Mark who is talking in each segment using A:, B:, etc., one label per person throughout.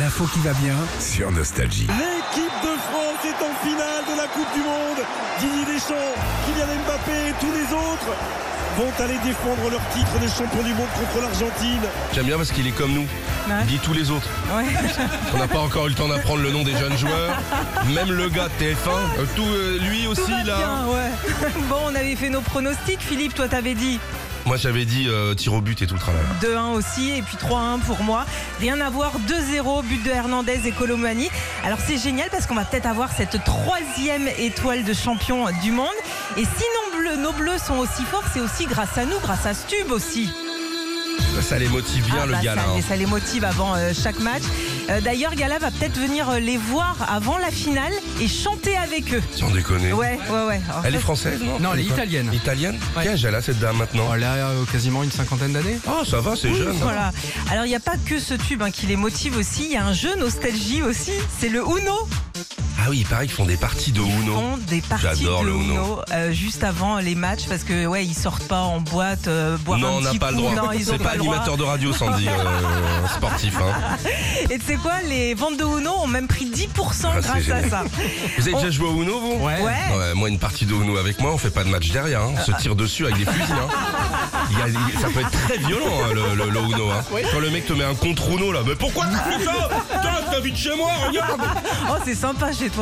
A: l'info qui va bien.
B: sur Nostalgie.
C: L'équipe de France est en finale de la Coupe du Monde. Didier Deschamps, Kylian Mbappé et tous les autres vont aller défendre leur titre de champion du monde contre l'Argentine.
D: J'aime bien parce qu'il est comme nous. Il dit tous les autres. On n'a pas encore eu le temps d'apprendre le nom des jeunes joueurs. Même le gars de TF1, euh, tout, euh, lui aussi
E: va
D: là.
E: bien, ouais. bon, on avait fait nos pronostics. Philippe, toi, t'avais dit
D: Moi j'avais dit euh, tir au but et tout le travail.
E: 2-1 aussi, et puis 3-1 pour moi. Rien à voir, 2-0, but de Hernandez et Colomani. Alors c'est génial parce qu'on va peut-être avoir cette troisième étoile de champion du monde. Et si nos bleus, nos bleus sont aussi forts, c'est aussi grâce à nous, grâce à Stub aussi.
D: Ça les motive bien
E: Ah,
D: le
E: bah,
D: gars là.
E: ça,
D: hein.
E: les- ça les motive avant euh, chaque match. Euh, D'ailleurs, Gala va peut-être venir euh, les voir avant la finale et chanter avec eux.
D: Sans déconner.
E: Ouais, ouais, ouais. Alors,
D: Elle est
E: ça,
D: française Non,
A: Non, elle est
D: Pas-
A: italienne.
D: Italienne
A: Ouais.
D: Quel âge elle a cette dame maintenant
A: Elle a euh, quasiment une cinquantaine d'années.
D: Ah ça va, c'est jeune. ça.
E: Voilà. Alors, il n'y a pas que ce tube hein, qui les motive aussi. Il y a un jeu nostalgie aussi. C'est le Uno.
D: Ah oui, il paraît qu'ils font des parties de
E: Ils
D: Uno.
E: font des parties de
D: J'adore le
E: Uno,
D: Uno.
E: euh, juste avant les matchs parce que ouais, ils sortent pas en boîte euh, boire
D: Non,
E: un
D: on n'a
E: petit
D: pas le
E: coup.
D: droit.
E: Non, ils ont
D: C'est pas,
E: pas le droit.
D: animateur de radio, Sandy, euh, sportif. hein.
E: Et tu sais quoi Les ventes de Uno ont même pris 10%
D: Ah, c'est
E: grâce à
D: génial.
E: ça.
D: Vous avez
E: On-
D: déjà joué au Uno, vous
A: Ouais.
E: Ouais.
D: Ouais, moi, une partie de Uno avec moi, on fait pas de match derrière. hein. On se tire dessus avec des fusils. hein. Il y a- il- ça peut être très violent, hein, le, le- le Uno. hein. Quand le mec te met un contre Uno, là, mais pourquoi tu fais ça Putain, t'habites chez moi, regarde
E: Oh, c'est sympa chez toi.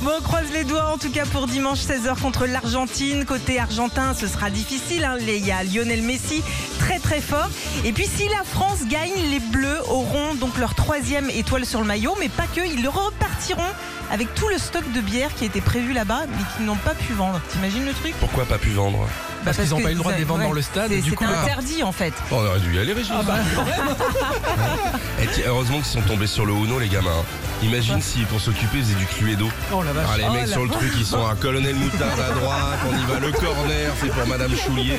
E: Bon, on croise les doigts en tout cas pour dimanche 16h contre l'Argentine. Côté argentin, ce sera difficile. hein. Les- Il y a Lionel Messi, très très fort. Et puis si la France gagne, les Bleus auront donc leur troisième étoile sur le maillot, mais pas que. Ils repartiront avec tout le stock de bière qui était prévu là-bas, mais qu'ils n'ont pas pu vendre. T'imagines le truc
D: Pourquoi pas pu vendre
E: Bah,
A: Parce qu'ils n'ont
E: que
A: pas eu le droit de les vendre
E: ouais,
A: dans le stade,
E: c'est-
A: et du
E: C'était
A: coup, là-
E: interdit en fait.
D: On aurait dû y aller,
A: Ah
D: Régis.
A: bah,
D: Et tiens, heureusement qu'ils sont tombés sur le Uno, les gamins. hein. Imagine si, pour s'occuper, ils faisaient du Cluedo.
A: Oh la
D: Ah,
A: vache.
D: les mecs sur le truc, ils sont à Colonel Moutarde à droite, on y va, le corner, c'est pour Madame Choulier.